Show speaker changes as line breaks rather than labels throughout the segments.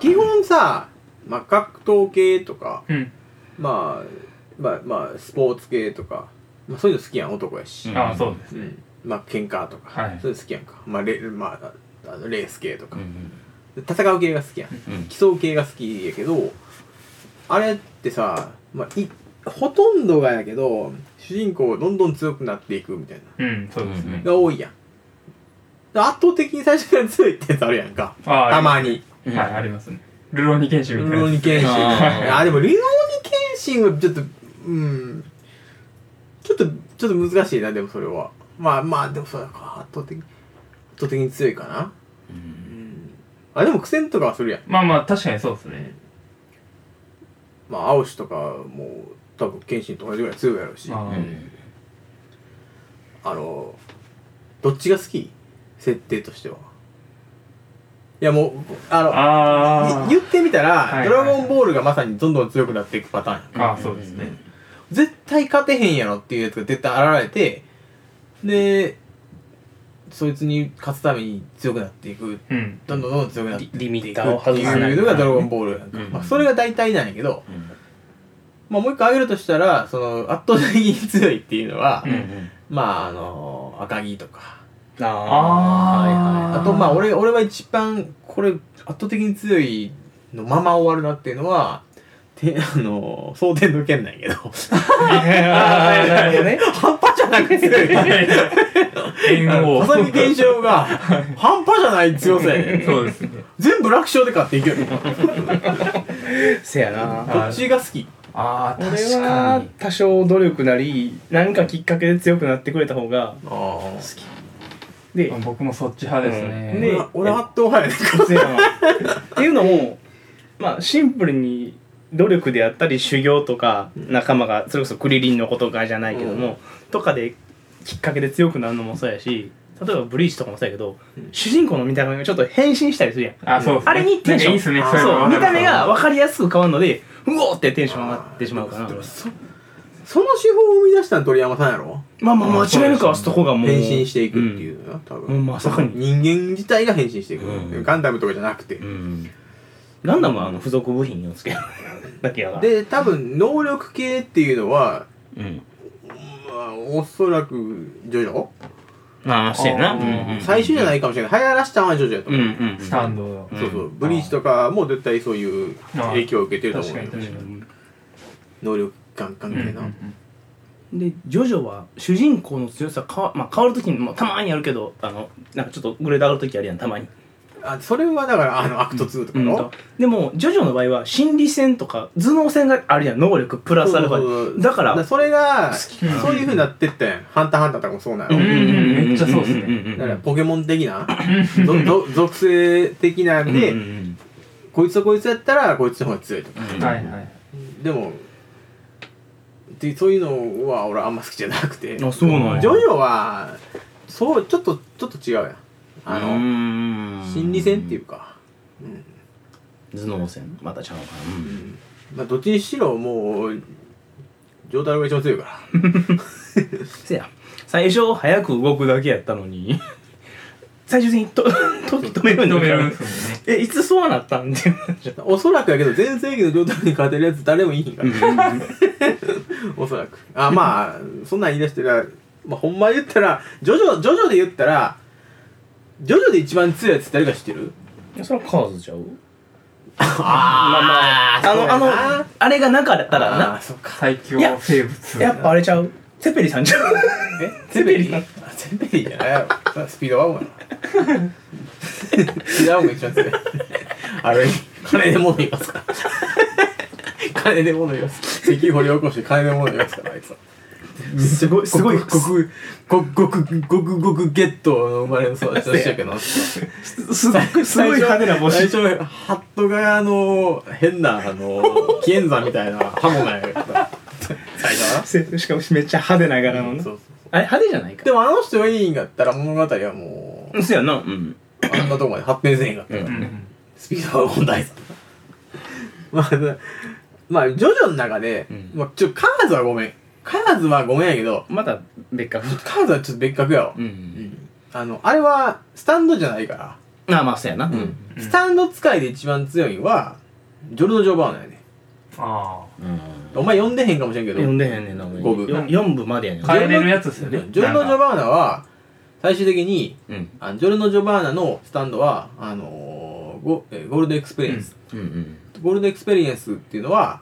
基本さ、まあ、格闘系とか、
うん。
まあ、まあ、まあ、スポーツ系とか、まあ、そういうの好きやん、男やし。
ああ、そうです。
うん。まあ、喧嘩とか、
はい
そういうの好きやんか。まあ、レ,、まあ、あのレース系とか、
うん
戦う系が好きやん。
うんうん
競う系が好きやけど、あれってさ、まあ、いほとんどがやけど、主人公どんどん強くなっていくみたいな。
うん、そうですね。
が多いやん。圧倒的に最初から強いってやつあるやんか。
ああ、
たまに。
はい、ありますね。ルローニケンシンみたい
ル
な
ロ
や
ニ
つ。
ケンシン。
あー
あー、でもルロニケンシンはちょっと、うん。ちょっと、ちょっと難しいな、でもそれは。まあまあ、でもそれか、圧倒的に、圧倒的に強いかな。
う
うんん。あ、でも苦戦とかはするやん。
まあまあ、確かにそうですね。
まあ、青シとかも、多分、ケンシンと同じぐらい強いやろうし。
あ
う
ー
ん
あの、どっちが好き設定としては。いや、もう、あの、
あ
い
ー
言ってみたら、
いはい
ドラゴンボールがまさにどんどん強くなっていくパターンやん
あー、そうですね。
絶対勝てへんやろっていうやつが絶対現れて、で、そいつに勝つために強くなっていく。
うん。
どんどんどんどん強くなっていくって
リリミッターを外さない
いうのがドラゴンボールやんか。
うん
まあ、それが大体なんやけど、
うん
まあ、もう一回挙げるとしたら、その、圧倒的に強いっていうのは、
うん
まあ、あの、赤城とか。
あ
あー
あ
あと、まあ、俺、俺は一番、これ、圧倒的に強いのまま終わるなっていうのは、て、あの、蒼天の剣なんやけど。
あーなるほどね
半端じゃなく強い。
縁王。
まさに現象が、半端じゃない強さやね
そうですね。
全部楽勝で勝っていける。こ
せやな
っちが好き。
ああ、
俺
確か
は
に。
多少努力なり何かきっかけで強くなってくれた方が
ああ。好
で
僕もそっち派ですね。
う
き。
んで
俺俺圧倒派やね
せやなっていうのもまあシンプルに努力であったり修行とか仲間がそれこそクリリンのことかじゃないけども、とかできっかけで強くなるのもそうやし例えばブリーチとかもそうやけど、主人公の見た目がちょっと変身したりするやん
あ、そうですね。
あれにテンシ
なんか
ョン
いいっすね。
あ
いの
そう見た目が
わ
分かりやすく変わるのでうおーってテンション上が
あ
ってしまうかな
でもそその手法を生み出したの鳥山さんやろ
まあまあ間違いなくあそこがもう
変身していくっていうのよ、多
うん
分。
まさかに
人間自体が変身していく。
うん
ガンダムとかじゃなくて
う。ん
ガンダムはあの付属部品をつけるだけやから
で、多分、能力系っていうのは、
うん
まあ、おそらく、ジョジョ
まあそうやな
あー
うんうん
最終じゃないかもしれない。流行らしたのはジョジョやと
うん
思う。
うん
スタンドの。
そうそう。ブリーチとかも絶対そういう影響を受けてると思うよ。
確かに確かに。
能力感関係な、
でジョジョは主人公の強さかわ、まあ、変わる時にもたまにあるけどあのなんかちょっとグレード上がる時あるやんたまに、
あそれはだからあのアクト2とかの、
とでもジョジョの場合は心理戦とか頭脳戦があるやん能力プラスアルフ
そうそう
ァ
そ
で
う
だから
それが
な
そういうふうになってったやん「ハンターハンター」とかもそうなの、
うんうん
ん
めっちゃそうっすね
んんん
だからポケモン的なぞぞ属性的なんで、
うんうん
こいつとこいつやったらこいつの方が強いとか
うん
はいはい。
でもでそういうのは俺あんま好きじゃなくてジョ
あそうなんや
ジョはそうちょっとちょっと違うやんあ
う
の
ーん
心理戦っていうか、
頭脳戦またちゃうかなうん
まあ、どっちにしろもう上太郎が一番強いから
せや最初早く動くだけやったのに 最終的にと 時止めるんだ
認
か
めるん
ら
ですよね。
えいつそうなったんっていう話だ
おそらくやけど、全盛期の状態に勝てるやつ誰もいいんから。 おそらく。あ、まあ、そんなん言い出したら、まあ、ほんま言ったら、ジョジョ、ジョジョで言ったら、ジョジョで一番強いやつ誰か知ってる
それはカーズちゃう
あ
あのあのあれがなかったら
あ
な
あ、そっか。
最強生物。
やっぱあれちゃうセペリさんちゃう
え
ゼペリ
あゼペリーじゃないやろ。スピードワゴンやろ。スピードワゴンが一番強い。 あれ、金で物言いますから。 金で物言い ます。石掘り起こして金で物言いますから、あいつは。
すごいすごい
ごくごくごくごくごくゲットの生まれの育ちでしたけど
すごいすごい派手な帽
最
子
初ハットがあの変なあ の紀元山みたいな刃物やから最初は
せしかもめっちゃ派手な柄のね
そうそう
あれ派手じゃない
そう
か
でもあの人がいいんだったら物語はもう
そうやな
うん
あんなとこまで発展せえへんかったから、
うん。
スピードワゴン大佐まあなまあジョジョの中で、
ん
まあ、ちょカーズはごめんカーズはごめんやけど
また別格
カーズはちょっと別格やわ、
うん
あのあれはスタンドじゃないから
あまあそうやな、うんん
スタンド使いで一番強いんはジョルノ・ジョバーナやね
あ
お前呼んでへんかもしれんけど
読んでへんねんな俺
五部
よ四部までやねん
あ変えれるやつですよね
ジョルノ・ジョバーナは最終的に
うん
あのジョルノ・ジョバーナのスタンドはあのーゴえーゴールドエクスペリエンス、
うんうん
ゴールドエクスペリエンスっていうのは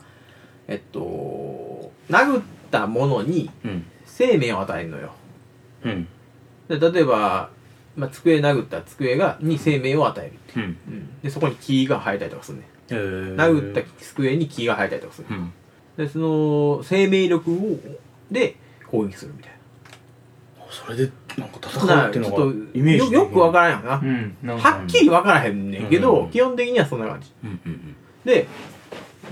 えっと殴ったものに
うん
生命を与えるのよ
うん
で例えば、まあ、机殴ったら机がに生命を与える、
うん
うん、でそこに木が生えたりとかするね
えー
殴った机に木が生えたりとかする
うん
でその生命力をで攻撃するみたい
それでなんか
な
戦うっていうのがイメージ
よよくわからんよ
あ
な
う、んなんか
はっきりわからへんねんけど、基本的にはそんな感じ
うんうん
で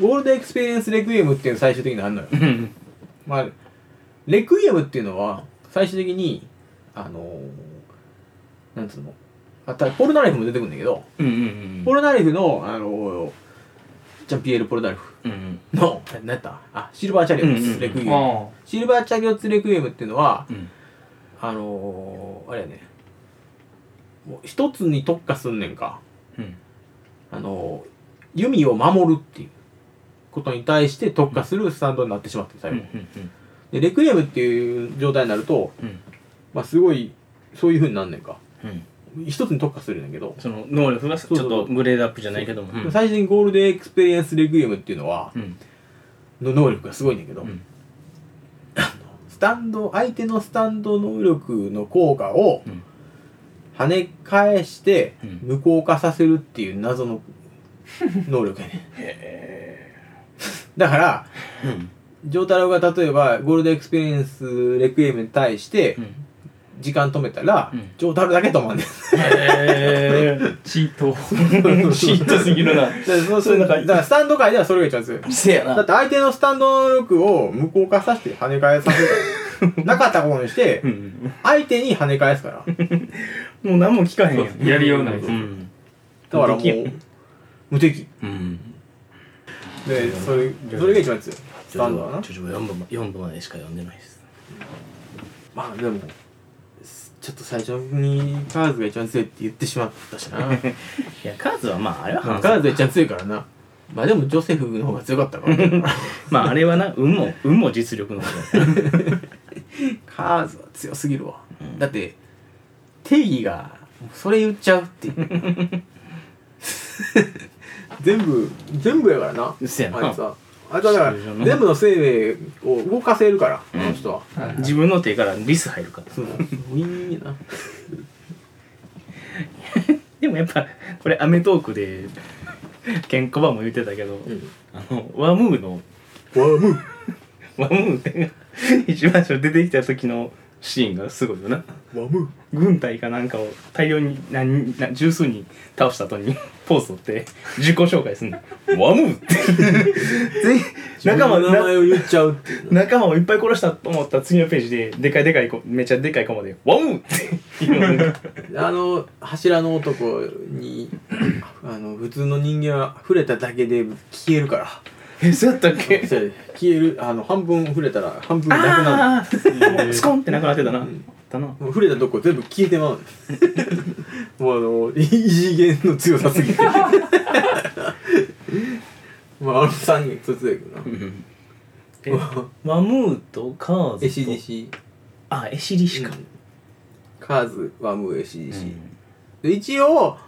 ゴールドエクスペリエンスレクイエムっていうの最終的にあるのよ
うんうん
まあレクイエムっていうのは最終的にあのー、なんつうのあたポルナレフも出てくるんだけど、
うんうん
ポルナレフのあのー、ジャンピエール・ポルナレフ
うんうん
のななんやったあシルバーチャリオッ
うんうんう
ツ
ん
レクイエム、
あ
シルバーチャリオッツレクイエムっていうのは
うん
あのー、あれやねもう一つに特化すんねんか
うん
あのー、弓を守るっていうことに対して特化するスタンドになってしまって最
う
後、
んうん
でレクイエムっていう状態になると
うん
まあすごいそういうふうになんねんか
うん
一つに特化するんだけど、
その能力がちょっ
そうそ
と
う
グレードアップじゃないけども
うん
最初にゴールデンエクスペリエンスレクイエムっていうのは
うん
の能力がすごいんだけど、
うん
スタンド相手のスタンド能力の効果を
うん
跳ね返して
うん
無効化させるっていう謎 の能力やねだから
うん
丈太郎が例えばゴールデンエクスペリエンスレクイエムに対して
うん
時間止めたら
うん
丈太郎だけ止ま んね
へ
ん
え
あチート
シートすぎるな
だからそうそうだからスタンド界ではそれが一番強い
せや
だっ
な
て相手のスタンド能力を無効化させて跳ね返させ るなかったことにして
うん
相手に跳ね返すから
もう何も聞かへんやん
やりようないで
う
す
ん
だから
無
もう
敵
無敵
うん
でそれそれが一番強いス
ジ
タ
ョ
ン
ジ
ド
ョ
はな
はジョジョは4部ま四部までしか読んでないです
まあでもすちょっと最初にカーズが一番強いって言ってしまった しな
いやカーズはまああれは
カ
話
ーズが一番強いからなまあでもジョセフの方が強かったから
まああれはな運も運も実力の方や
カーズは強すぎるわ、だって定義がそれ言っちゃうっていう 全部全部やからな
せや
あい
な
つはあいつはだ から
そう
全部の生命を動かせるからあの人は、
はい
自分の手からリス入るから
そうウィーンやな
でもやっぱこれ『アメトーーク』でケンコバも言ってたけど、
ん
あのワムーの
ワム
ワムーが一番初出てきた時のシーンがすごいよな
ワム
軍隊かなんかを大量に何人な十数人倒した後にポーズ取って自己紹介するの「ワムー!」って全員仲間
自分の名
な
前を言っちゃうっていう
仲間をいっぱい殺したと思ったら次のページででかいでかい子めちゃでかい子まで「ワムー!」っていうの が
あの柱の男にあの普通の人間は触れただけで消えるから
えそうやったっけ
そうやで消えるあの半分触れたら半分なくなる
ああもうスコンってなくなってたな、だな
もう触れたとこ全部消えてまう もうあの異次元の強さすぎて まああの3人つつやけどな
うん
えマムーとカーズと
エシディシ
あエシリシ
ー
か、
カーズワムーエシディシー、で一応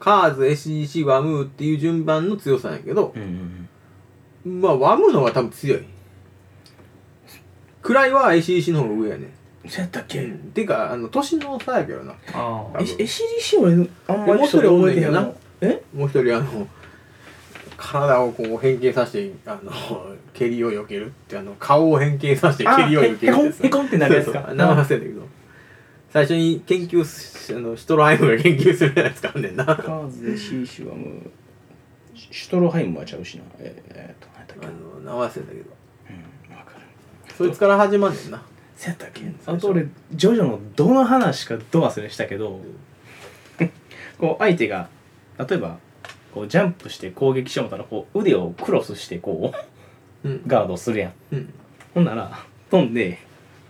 カーズエシディシーワムーっていう順番の強さなんやけど、
うんうん
まあ、ワムの方が多分強い。位は ACC の方が上やね。
そうやったっけ、
うん、てか、あの、年の差やけどな。
あ
多
え
分
エシリシ俺あんまり
もう一人おんねんけどな
え
もう一人、あの、体をこう変形させて、あの、 蹴りを避けるって、あの、顔を変形させて
あ
蹴りを避ける
へへこん
って
へこんってなるやつか
名前忘れたけど。最初に研究し、あの、シュトライムが研究するやつかんねんな。あ
カーズでシーシはもうシシュトロハイムはちゃうしなえーえーっと何やったっけ
の、名前忘れたけど。
わかる
そいつから始まんねんな。
そうやったっけあと俺ジョジョのどの話かど忘れしたけ ど、こう相手が例えばこうジャンプして攻撃しようと思ったらこう腕をクロスしてこ
う。
うんガードするやん
うん。
ほんなら飛んで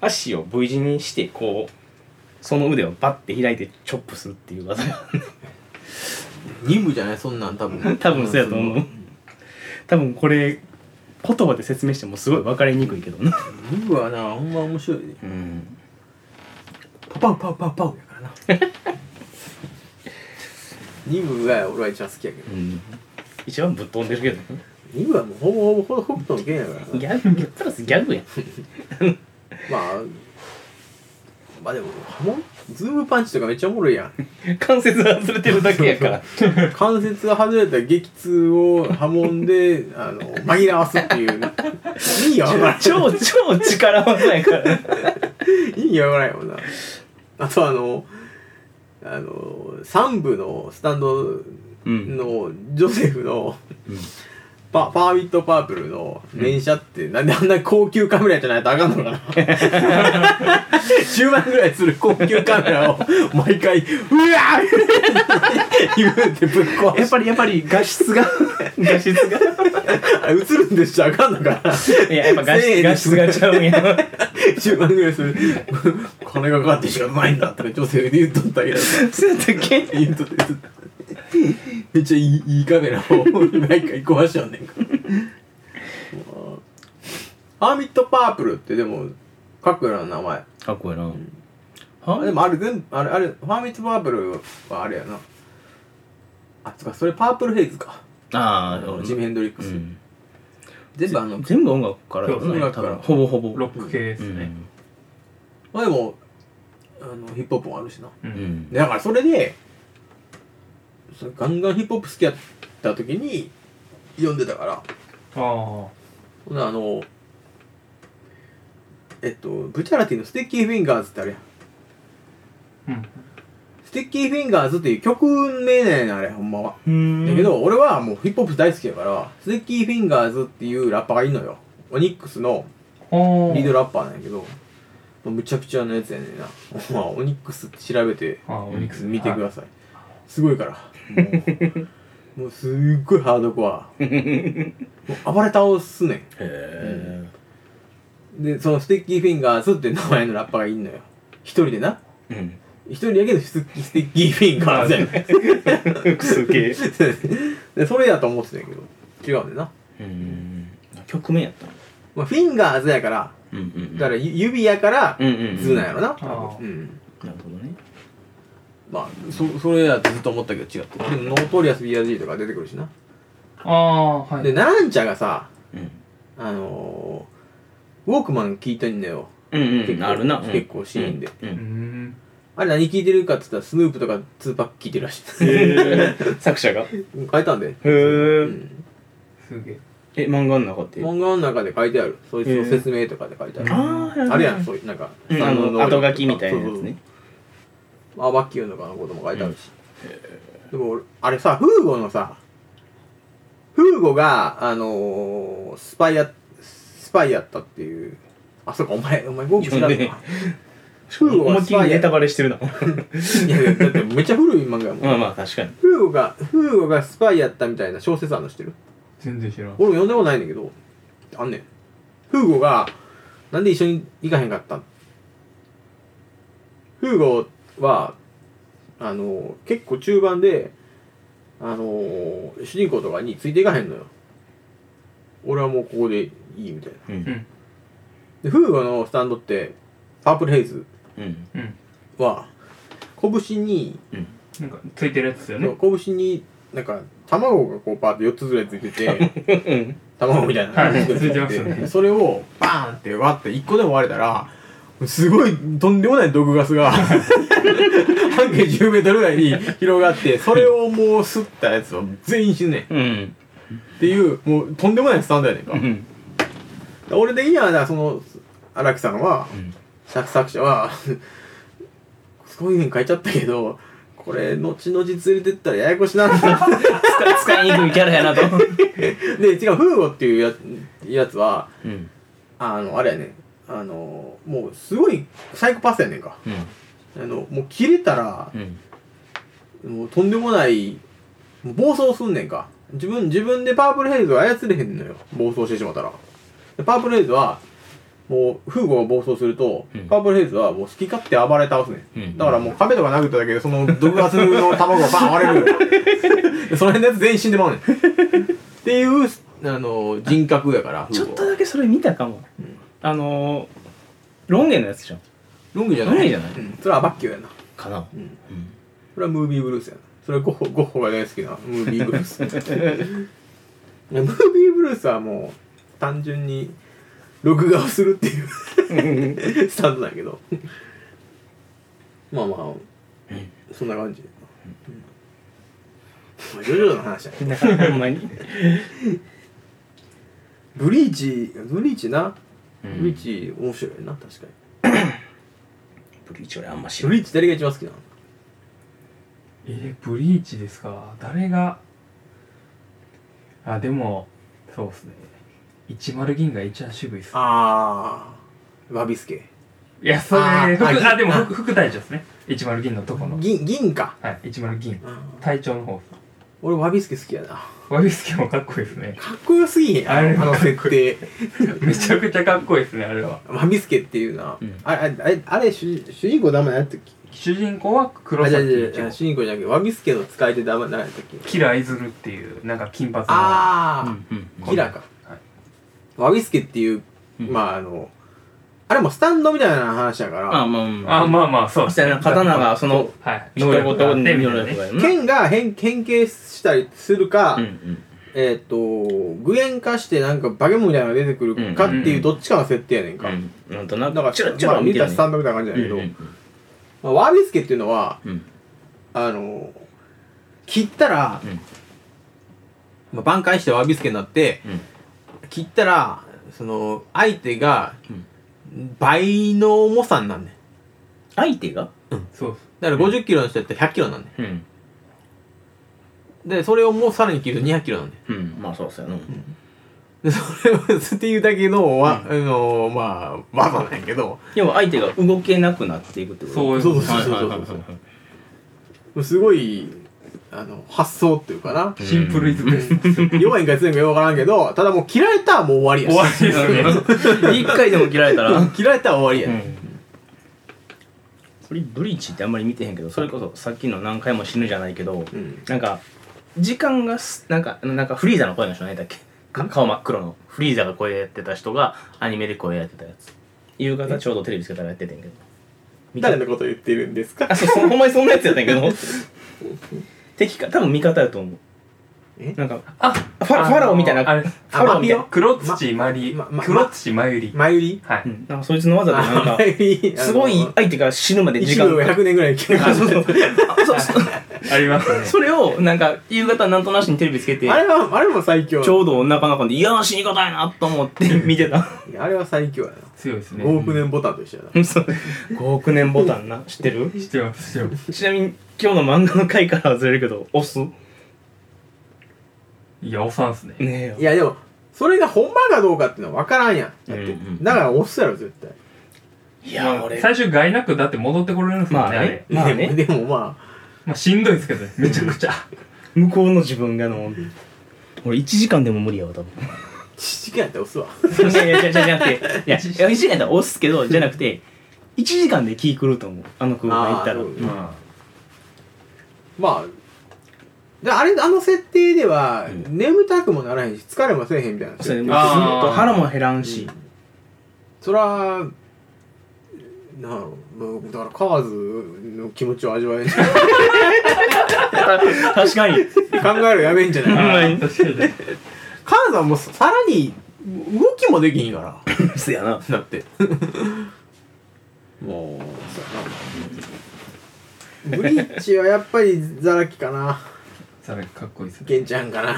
足を V 字にしてこうその腕をバッて開いてチョップするっていう技が
任務じゃないそんなん多分
多分そうやと思う多分これ言葉で説明してもすごい分かりにくいけどな
任務はなほんま面白いね
うん
パパウパウパウパウやからな 任務が俺は一番好きやけど
うん
一番ぶっ飛んでるけどね
任務はもうほぼほぼほぼ北斗の剣やからな
ギャグプラスギャグやん
まあまあでももうズームパンチとかめっちゃおもろいやん
関節が外れてるだけやから
関節が外れた激痛を波紋であの紛らわすっていう ね意味がわからん
超超力技やから
意味がわからんよなあとあのあの3部のスタンド
うん
のジョセフの、パパーミットパープルの連射って、なんであんな高級カメラじゃないとあかんのかな10万ぐらいする高級カメラを毎回「うわー! 」言うてぶっ壊
やっ
して
ぱりやっぱり画質が 画質が
あ映るんでしちゃあかんのかない
ややっぱ画質画質がちゃうんや
10万ぐらいする金がかかってしかないんだとか女性で言っとったけど
そうやったっけ
言っとって言っとっためっちゃいいいいカメラを毎回壊しちゃうねんからもうハーミットパープルってでもかっこいいな名前
かっこいいな
あでもあれ全部あれあれハーミットパープルはあれやなあつかそれパープルヘイズか
あ
あのジム・ヘンドリックス、
うん
全部あの
全部音楽からよ
そう
音楽か
多
ら
分ほぼほぼ
ロック系ですね。
まあでもあのヒップホップもあるしな
う
うんん
でだからそれでそれガンガンヒップホップ好きやった時に読んでたから
あ
ほんならあのえっとブチャラティの「ステッキーフィンガーズ」ってあれやん
あ。うん。
ステッキーフィンガーズっていう曲名なんやねんあれほんまは
うん
だけど俺はもうヒップホップ大好きやからステッキーフィンガーズっていうラッパーがいんのよオニックスの
ああ。
リードラッパーなんやけどむちゃくちゃなやつやねんな まあオニックスって調べて
ああ、オリックス。
見てくださいすごいからもうもうすっごいハードコアもう暴れ倒すね
へ
ん
え
でそのステッキーフィンガーズって名前のラッパーがいんのよ一人でな
うん
一人やけどスッキステッキーフィンガーズやねん
すげえ
でそれやと思ってたんやけど違うねんな、
うん
曲名やったの
まあ、フィンガーズやから
うんうん
だからゆ指やから
うんうんうん
図なんやろな、
ああ
うん
なるほどね
まあそそれやとずっと思ったけど違ってでもノートリアス BRG とか出てくるしな
ああ、はい。
でナランチャがさ
うん
あのー、ウォークマン聞いてんのよ
うん
結
うん
構
あるなうん
結構シーンで
う
うんん。
あれ何聞いてるかって言ったらスヌープとかツーパック聞いてるら しい
作者がへ
書いたんで、う
え
ん、
すげえ。
え漫画の中って
漫画の中で書いてあるそいつの説明とかで書いてある、
あー
あるやんそういうなんか、
うんあの後書きみたいなやつね
アバキューのかのことも書いてあるし、でも俺あれさフーゴのさフーゴがあのー、スパイやスパイやったっていうあそうかお前お前ゴーグ知らん
いや
なフーゴ
思い
が
っ
ス
きり
パイや
ネ
った
タ
い
バレしてるな
やいやだってめっちゃ古い漫画やもん、
まあまあ確かに
フーゴがフーゴがスパイやったみたいな小説あるの知ってる
全然知らん。
俺も読んだことないんだけどあんねんフーゴがなんで一緒に行かへんかったんフーゴはあの結構中盤であの主人公とかについていかへんのよ俺はもうここでいいみたいな
うん。
でフーゴのスタンドってパープルヘイズ
うん
うん。
は拳に、
なんか、ついてるやつですよね。
拳になんか卵がこうパーって4つぐらいついてて
うん
卵みたいな
はい続いてますよね
それをバーンって割って一個でも割れたらすごいとんでもない毒ガス が半径10メートルぐらいに広がってそれをもう吸ったやつは全員死ぬねんっ
うん
ていうもうとんでもないスタンドやねんか
うん
俺的にはだからその荒木さんは、作作者はそういうふうに書いちゃったけどこれ後々連れてったらややこしなって
使使いにくいキャラやなと
で違うフーゴっていうややつは
うん
あのあれやねんあのもうすごいサイコパスやねんか
うん
あのもう切れたら
う、ん
もうとんでもないもう暴走すんねんか自分自分でパープルヘイズを操れへんのよ暴走してしまったらでパープルヘイズはもう、フーゴが暴走すると、
うん
パープルヘイズはもう好き勝手暴れ倒すね。
うん
だからもう壁とか殴っただけで、その毒ガスの卵がバーン割れるよでその辺のやつ全員死んでまうねん。っていう、あの、人格やから、フ
ちょ
ー
っ
ゴ
と
は。
だけそれ見たかも、あのーロンゲのやつじゃん
ロングじゃない。
ロングじゃない
うん、それはアバッキューやな。
かな、
うん
うん
それはムービーブルースやなそれはゴッホゴッホが大好きなムービーブルー スいやムービーブルースはもう単純に録画をするっていう スタンドだけどまあまあそんな感じ、まあ、ジョジョの話だ ね
だからほんまに
ブリーチブリーチな
う
ブ
ん
リーチ面白いな確かに
ブリーチ俺あんま知
ブ
らない
リーチ誰が一番好きなの
えー、ブリーチですか誰があでもそうですね一丸銀が一番渋いっす
ああワビスケ
いやそれ
あー
あ
あ銀
あでも
あ
副副隊長ですね一丸銀のとこの
銀銀か
はい一丸銀
うん
隊長の方
俺ワビスケ好きやな
ワビスケもかっこいいですね
かっこよすぎへんあ
あれ
のあの設 定
めちゃくちゃかっこいいですねあれは
マビスケっていうな、
うん
あれあれあれあれ主主人公名前何やったっけ
主人公は黒
あじゃじ
崎
ゃじゃ
一
主人公じゃなくてワビスケの使い手名前何やったっけ
護キライズルっていうなんか金髪の
ああ、
うんうん
ギラか、
はい
ワビスケっていう、
うん
まああのあれもスタンドみたいな話やから、
あまあまあ
あまあまあそう
みたいな刀がその
はい
一言
があってみたい
に
な
よる
ね
剣が変変形したりするか、
うん
えっ、と具現化してなんか化け物みたいなのが出てくるかって
うんうん
いううんどっちかの設定やねんか、
うんうんなんとな
だから
くチラチラ
まあ
見
見
て
た
る
ス
ね
タンドみたいな感じ
う
なんん
う
だけど、
ん
まあ、ワビスケっていうのは
うん
あの切ったら、
うん
まあ、挽回してワビスケになって
うん
切ったらその相手が
うん
倍の重さになんねん
相手が
そうっす
だから5 0キロの人やったら1 0 0キロになんね
うん
んでそれをもうさらに切ると2 0 0キロなんねん
うんまあそうっすよね
でそれをっていうだけのわ、あのまあ技なんやけど
要は相手が動けなくなっていくってこと
そういう
そう
こと
そう
はい
そう
はい
そうそ
はいは
う
い
すごいあの発想っていうか な
シンプルイズベスト
弱いんか強いんかよくわからんけどただもう切られたらもう終わりやし
終わりですね
一回でも切られたら
切られたら終わりや、
それブリーチってあんまり見てへんけどそれこそさっきの何回も死ぬじゃないけど
うん
なんか時間がすなんかなんかフリーザの声の人何だっけか顔真っ黒のフリーザが声やってた人がアニメで声やってたやつ夕方ちょうどテレビつけたらやっててんけど見た
誰のこと言ってるんですか
あそうそうほんまにそんなやつやったんやけど敵か多分味方やと思う
え
なんか
あ
ファファラオみたいな
あのあれ
ファローみたい
あマピオ
な
黒土まり
まま
黒土まゆり
前売り
はい
うんなんかそいつの技でなんかすごい相手が死ぬまで時
一
間
部100年ぐらい生きる
あ
感
そう
じ
そうあそうそう
ありますね
それをなんか夕方なんとなしにテレビつけて
あれはあれも最強
ちょうどなかなかで嫌な死に方やなと思って見てた
あれは最強やな
強いですね
5億年ボタンと一緒やな
そう5億年ボタンな知ってる
知ってます知ってます
ちなみに今日の漫画の回からはずれるけど押すね
いやおさんっすね
え
いやでもそれがほんまかどうかってのは分からんやんだって
うんうん
だから押すやろ絶対
い
まあ最初害なくだって戻ってこれるんですもんね
まあ
あ
ね
れ
まあね
でもでもまあ
まあしんどいですけどねめちゃくちゃ
向こうの自分がの俺1時間でも無理やわ多分
7時間やったら押すわ
いやいやいやじゃじゃなくていや1時間やったら押すけどじゃなくて1時間で気狂うと思うあの空間行ったら
あーうん
ま
まあであれあの設定では
うん
眠たくもならへんし疲れもせえへんみたいな
それもうずっ
あー
と腹も減らんし
そらなあもうだからカーズの気持ちを味わえんし考
確かに
えるやべえんじゃ
あ
ない
あー確かにね
カーズはもうさらに動きもできひんから
そやな
だってもうそうやなブリッジはやっぱりザラキかな
それかっこいいっすね
ゲンちゃんかな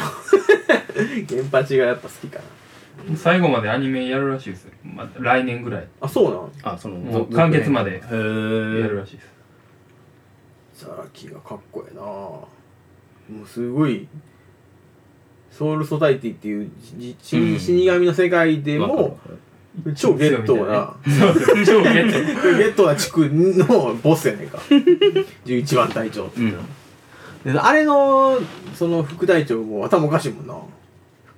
ゲンパチがやっぱ好きかな
最後までアニメやるらしいですよまあ来年ぐらい
あそうなん
あその
もう
続
完結まで
へ
や
え
るらしいです
ザラキがかっこええなもうすごいソウルソサイティっていうじ
う
死
ん
死神の世界でも超ゲットーな
そうですね超ゲット
ゲットーな地区のボスやねん か11番隊長っていうのは、であれのその副隊長も頭おかしいもんな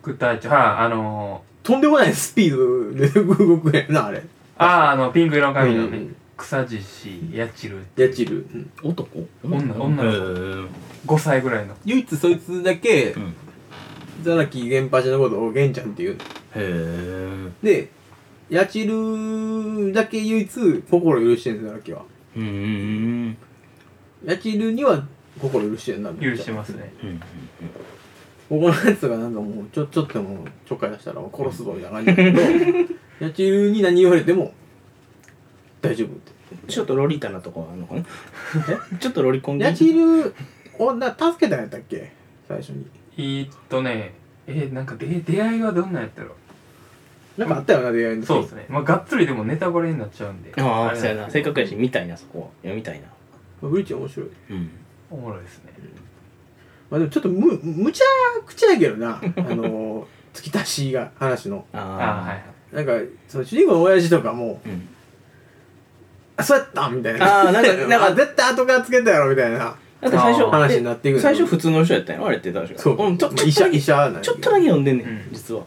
副隊長はいあのー
とんでもないスピードで動くやんなあれ
あああのピンク色の髪のね、
うん
草獅子やちる
やちる、うん
男
女女の子
の
5歳ぐらいの
唯一そいつだけ
うん
ザラキ原八のことをゲンちゃんっていうの
へえ
でやちるだけ唯一心許してんのザラキは
うんうん
やちるには心許してんな
許してますね
うん
ここのやつがなんかもうちょちょっともうちょっかい出したらもう殺すぞみたいな感じだけど やちるに何言われても大丈夫って
ちょっとロリータなとこあるのかなちょっとロリコン
やちる女助けたんやったっけ最初に
えー、っとねえー、なんかで出会いはどんなんやったろ
なんかあったよな出会いの時
そうですねまあがっつりでもネタバレになっちゃうんで
あ
れ
あ
なん
そうやな
です
正
けど
確やし見たいなそこは読みたいな
まあブリーチ面白い
うん
おもろいですね
まあでもちょっとむむちゃくちゃやけど なあの突き足しが話の
あ
あ
あはい
なんかその主人公の親父とかも
うん
「あそうやった!」みたいな
あーな んかなんか
あ絶対後からつけたやろみたいな
だって最初
あー
話になっていく
え
んだ
最
けど
初普通の人やったんやろあれって確か
そう、
んちょっ
まあ
と
医者医
ち
者なんやけど
ょっとだけ読んでんね
うん
ん実は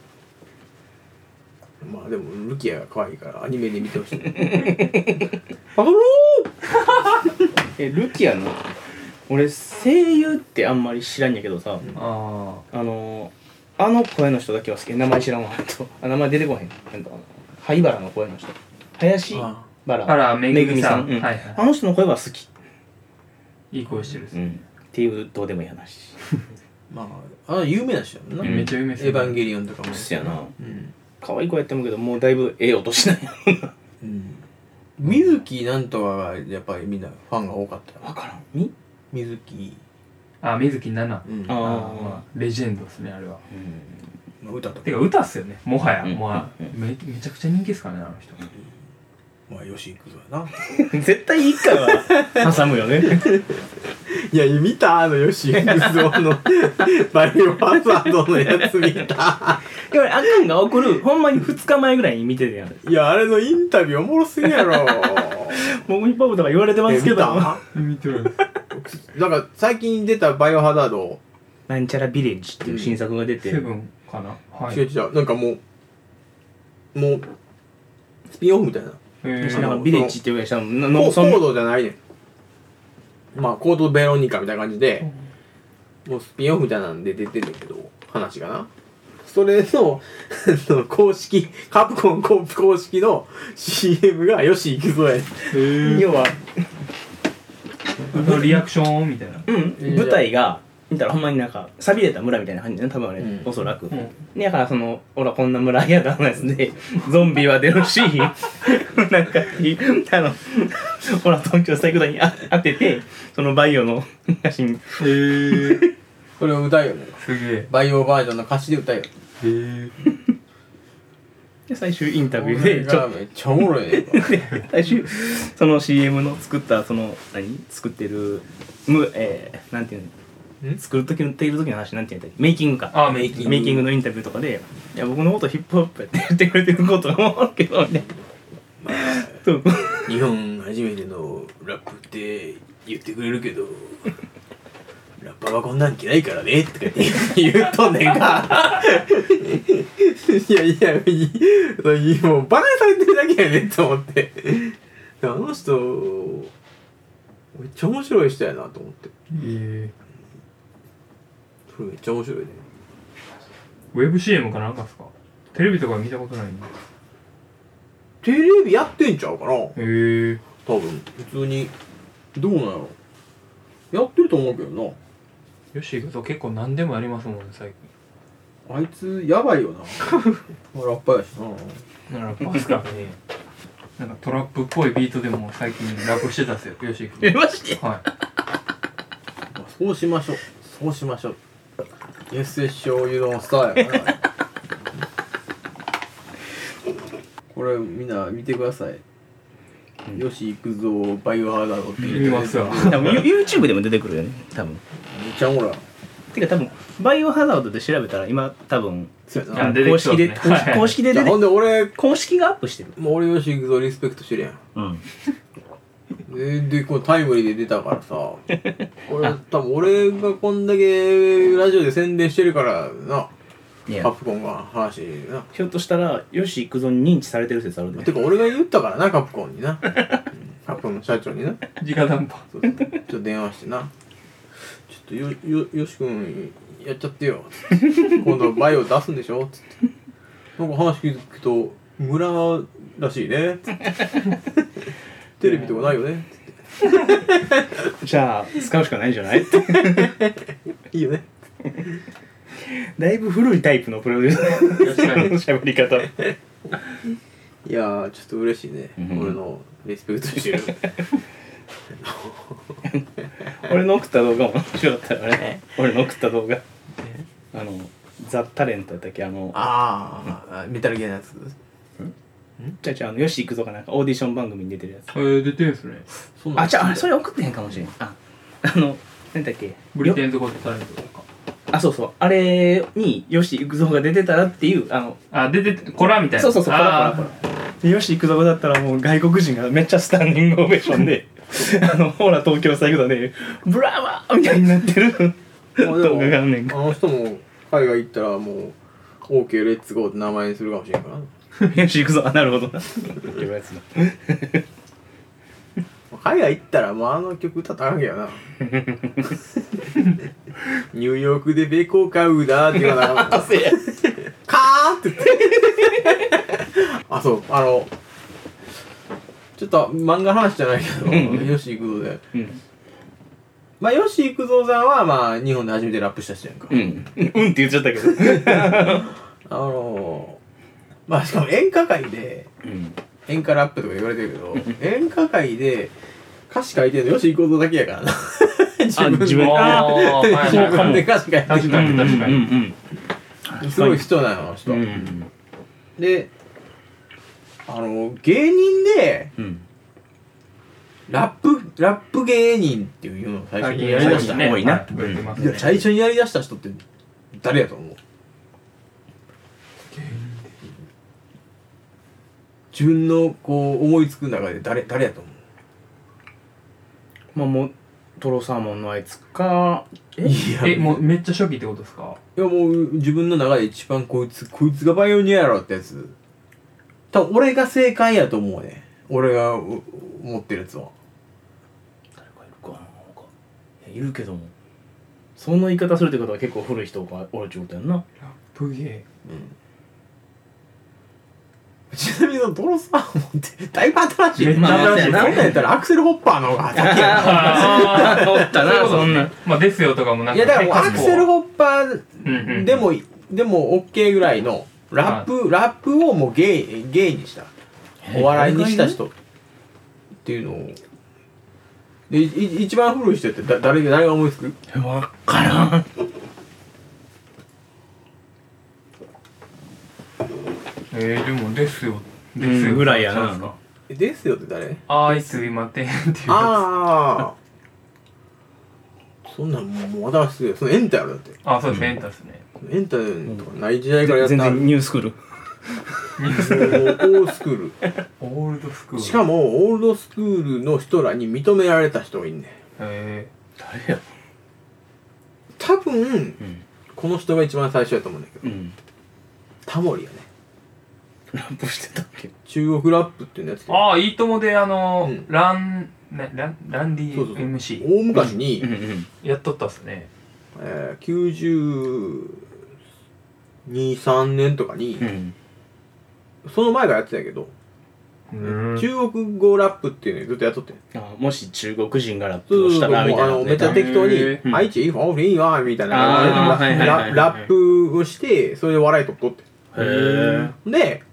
まあでもルキアが可愛いからアニメで見てほ しいパトロ
えルキアの俺声優ってあんまり知らんやけどさ
あ
あのあの声の人だけは好き名前知らんわほんとあ名前出てこへんなんかあの灰原の声の人林
あ
原
あらめ
め
ぐ
ぐ
み
み
さ
さ
ん
ん、うん
はいはい
あの人の声は好き、
いい声してるっす、
っていうどうでもいい話
まああの有名な人やもんな、
うん
エ
めっちゃ有名です
ヴァンゲリオンとかも
そやな
うん、
可愛い子やってもけどもうだいぶええ音 しない
うん、水木なんとかがやっぱりみんなファンが多かったよ
わからんみ
水木、
あ水木奈々
うん、
あー
あーまあレジェンドですねあれは
まあ歌とか
てか歌っすよねもはや、
うん
もはやめめちゃくちゃ人気ですからねあの人
まあよし行くぞやな
絶対一回は挟むよね
いや見たあのよし行くぞの バイオハザードのやつ見た
でもあかんが送るほんまに2日前ぐらいに見てるやん
いやあれのインタビューおもろすぎやろ
もうヒップホップとか言われてますけど
え見た
見てる
なんか最近出たバイオハザード、
なんちゃらビレッジっていう新作が出て、
セブンかなはい
違う違うなんかもうもうスピンオフみたいな
えー
なんかビレッジっていうかしたの
コ
の
コ
そ
ー
の
ドじゃないねんまあコードベロニカみたいな感じで、もうスピンオフみたいなんで出てるけど話がなそれの あの公式カプコンコープ公式の CM がよし行くぞや
要は、
のリアクションみたいな
うん、
えー
舞台が見たらほんまになんか寂れた村みたいな感じだね多分あれ、
うん
おそらく、
うん
だからその「ほらこんな村やだ」のやつでゾンビは出るし なんかあの「ほら東京最高だ」にあ当ててそのバイオの 写真
へえ
これを歌うよね
すげえ
バイオバージョンの歌詞で歌うよ
へえ
で最終インタビュー
これ
でちょ
が
っと
めっちゃおもろいね
で最終その CM の作ったその何作ってるむえー、なんていうの
ん
作る時のっている時の話なんていうんだっけメイキングか
あメイキング
メイキングのインタビューとかで「いや僕のことヒップホップやって言ってくれてることが思うけど」みたいなそう
日本初めてのラップって言ってくれるけどラッパーはこんなん嫌いからねとか言うとんねんかいやいやいいもうバカにされてるだけやねんと思ってあの人めっちゃ面白い人やなと思って
へえ
それめっちゃ面白いね
ウェブ CM かなんかっすかテレビとか見たことないんだ
テレビやってんちゃうかな多
へえ
分普通にどうなんやろやってると思うけどな
よし行くと結構何でもありますもんね最近
あいつやばいよ なまあラッパーやしな
ならパスからねなんかトラップっぽいビートでも最近ラップしてたっすよよし行
え
く
マジで
とはい
まあそうしましょうそうしましょうエッセ醤油のスターやから これみんな見てください、よし行くぞバイオハザードって入れて
見ますわ
多分 YouTube でも出てくるよね多分
めっちゃおもろい
てか多分バイオハザードで調べたら今多分
そうや
あ
な
出て
公
きそう
式
で
です
ねはい
公式で
じゃ
出
あ
て
ほんで俺
公式がアップしてる
もう俺よし行くぞリスペクトしてるやん
うん
ででこのタイムリーで出たから さ俺多分俺がこんだけラジオで宣伝してるからな
いや
カプコンが話にな
ひょっとしたらよし行くぞに認知されてる説あるね
てか俺が言ったからなカプコン になうんカプコンの社長にな
直談判
そうそうちょっと電話してなちょっとよよよし君やっちゃってよつって今度バイオ出すんでしょつってなんか話聞くと村らしいねつってテレビとかないよねつっ
じゃあ使うしかないんじゃない
ていいよね
だいぶ古いタイプのプロデューサーの喋り方
いやーちょっと嬉しいね、
うん
俺のレスペクトしてる
俺の送った動画も面白かったよね俺の送った動画あのザ・タレントやったっけあの
ああメタルゲーのやつ
ちゃちゃあのよし行くぞかなんかオーディション番組に出てるやつ
えー、出てるんすね
そんなん
あじゃあれそれ送ってへんかもしれんああのなんだっけ
ブリテンズ・ゴット・タレントとか
あそうそうあれによし行くぞが出てたらっていうあの
あ出ててコラみたいな
そうそうそうコラ
あ
コラコラでよし行くぞだったらもう外国人がめっちゃスタンディングオベーション であのほら東京最後だねブラワーみたいになってる
まあでも
動画があんねんか
あの人も海外行ったらもう OK レッツゴーって名前にするかもしれんからな
よし行くぞあなるほどなっていうやつな
海外行ったらもうあの曲歌ったらあかんけどなニューヨークでベコ買うなって言わなあかんもん
せや
カーって言ってあそうあのちょっと漫画の話じゃないけどよし行くぞで
うん
まあよし行くぞさんはまあ日本で初めてラップした人やんか、
うん
うんって言っちゃったけど
あのまあしかも演歌界で
うん
演歌ラップとか言われてるけ ど演歌界で歌詞書いてるのよし行こうぞだけやからな 自分
自分で
あーはいはい
自分で歌詞書いて
確
る
かに確かに、
うん
すごい人なのあの人、
うんうん
であの芸人で
うん
ラップラップ芸人っていうのを最初にやりだした
ね多いな
多います
いや最初にやりだした人って誰やと思う自分のこう思いつく中で誰誰やと思
まあもうトロサーモンのあいつか
ういや
えもうめっちゃ初期ってことですか
いやもう自分の中で一番こいつこいつがバイオニアやろってやつ多分俺が正解やと思うね俺がう持ってるやつは
誰かいるかななんかいやいるけどもそんな言い方するってことは結構古い人がおるってことやんな
ラップゲ
ちなみにそのドロサーモンってだいぶ新しい
めっちゃ
新しい
そんなんやったらアクセルホッパーの方が先や
ーあ
おったな
ー
そんな
まあですよとかもなん
い
か
やだからもうアクセル
も
ホッパー
うんうん
でもでも OK ぐらいのラップラップをもうゲイゲイにしたお笑いにした人っていうのをでいい一番古い人ってだ誰誰が思いつく
えわっからん
えー、でもですよで
うんぐらいや
ん
な
えですよって誰
あーいすいませんっていうや
ああ そんなんもうもう新しいよそのエンタやろだって
つあーそうですねエンタですね
エンタとかない時代からやった
全然ニュースクール
もうオールスクール
オールドスクール
しかもオールドスクールの人らに認められた人がいんねん
え
誰や
多分
うん
この人が一番最初やと思うんだけど
うん
タモリやね
ラップしてたっけ
中国ラップっていうのやつ
ー、ああいいともであの
うん
ランなランランディ
そうそうそう
MC
大昔に、
うんうん
やっとったっすね
えー、923年とかに、
うん
その前からやってたんやけど、
う
中国語ラップっていうのにずっとやっとってん
あもし中国人がラップ
そ
を
う
し
そうそ
た
う
らみ
もう
たい
あ
な
の
こと
め
ね
ちゃ適当に
う
「
ん
あいちいいファンフリーは」みたいな
あーはいはいはいは
ラ
い
ラップをしてそれで笑いとっとって
へえ
で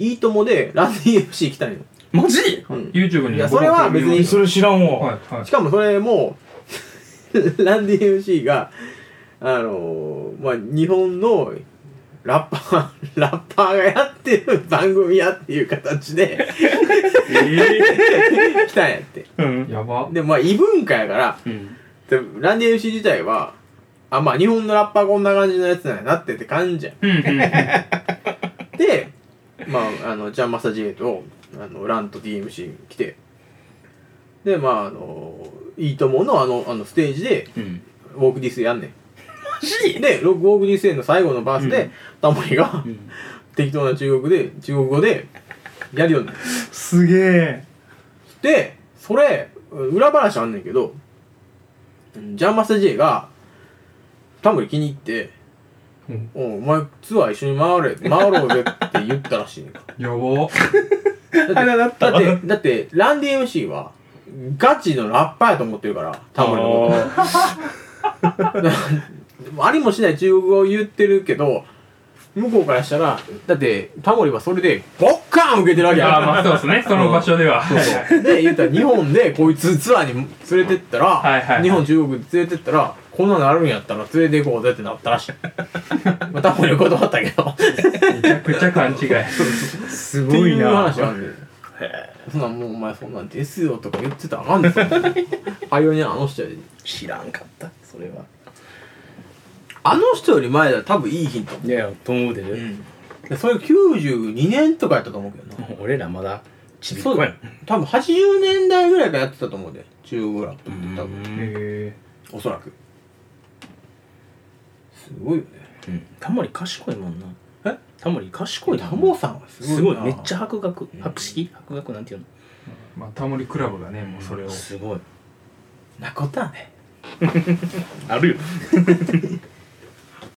「いいとも」でランディ FC 来たんよ、
マジ
うん、
YouTube に
いやそれは別に
それ知らんわ、
はいはい
しかもそれも ランディ MC があのーまあ日本のラッパー ラッパーがやってる番組やっていう形で 来たんやって
うん
やば
でまあ異文化やから
うん
でランディ MC 自体はあまあ日本のラッパーこんな感じのやつなんやなってって感じやん
うんうんうん
でまああのジャンマサ J とあのランと DMC 来てでまああの「いいとも」のあのあのステージで
うん
ウォークディスやんねん
しい
で6億2000の最後のバースで、
うん
タモリが、
ん
適当な中国で中国語でやるようになる
すげえ
でそれ裏話あんねんけどうんジャンマスター J がタモリ気に入って
うん
「おうお前ツアー一緒に回れ回ろうぜ」って言ったらしいねんか
やばっ
だって
花だった
だってだってランディ MC はガチのラッパーやと思ってるからタモリのこと でもありもしない中国語を言ってるけど向こうからしたらだってタモリはそれでボッカーン受けてるわけ
い
や
やまあそうですねその場所でははいはい
で言ったら日本でこいつツアーに連れてったら、
はいはいはい
日本中国に連れてったらこんなのあるんやったら連れて行こうぜってなった らしいまあタモリは断ったけど
めちゃくちゃ勘違い
す
って
ごい
いう
な
話があるんでそんなんもうお前そんなんですよとか言ってたらあかん ですよパイオニアのあの人より
知らんかったそれは
あの人より前だら多分いいヒント、
いやと思うで、
でそれ92年とかやったと思うけどな
俺らまだちびっこやん
多分80年代ぐらいからやってたと思うで中国ラップって多分
へ
おそらくすごいよね
うんタモリ賢いもんな
え
タモリ賢いな
タモさんはすごい
すごいめっち
ゃ
ゃ博学博識博学なんていう
えまあタモリクラブがねもうそれを
のすごい
なことはね
あるよ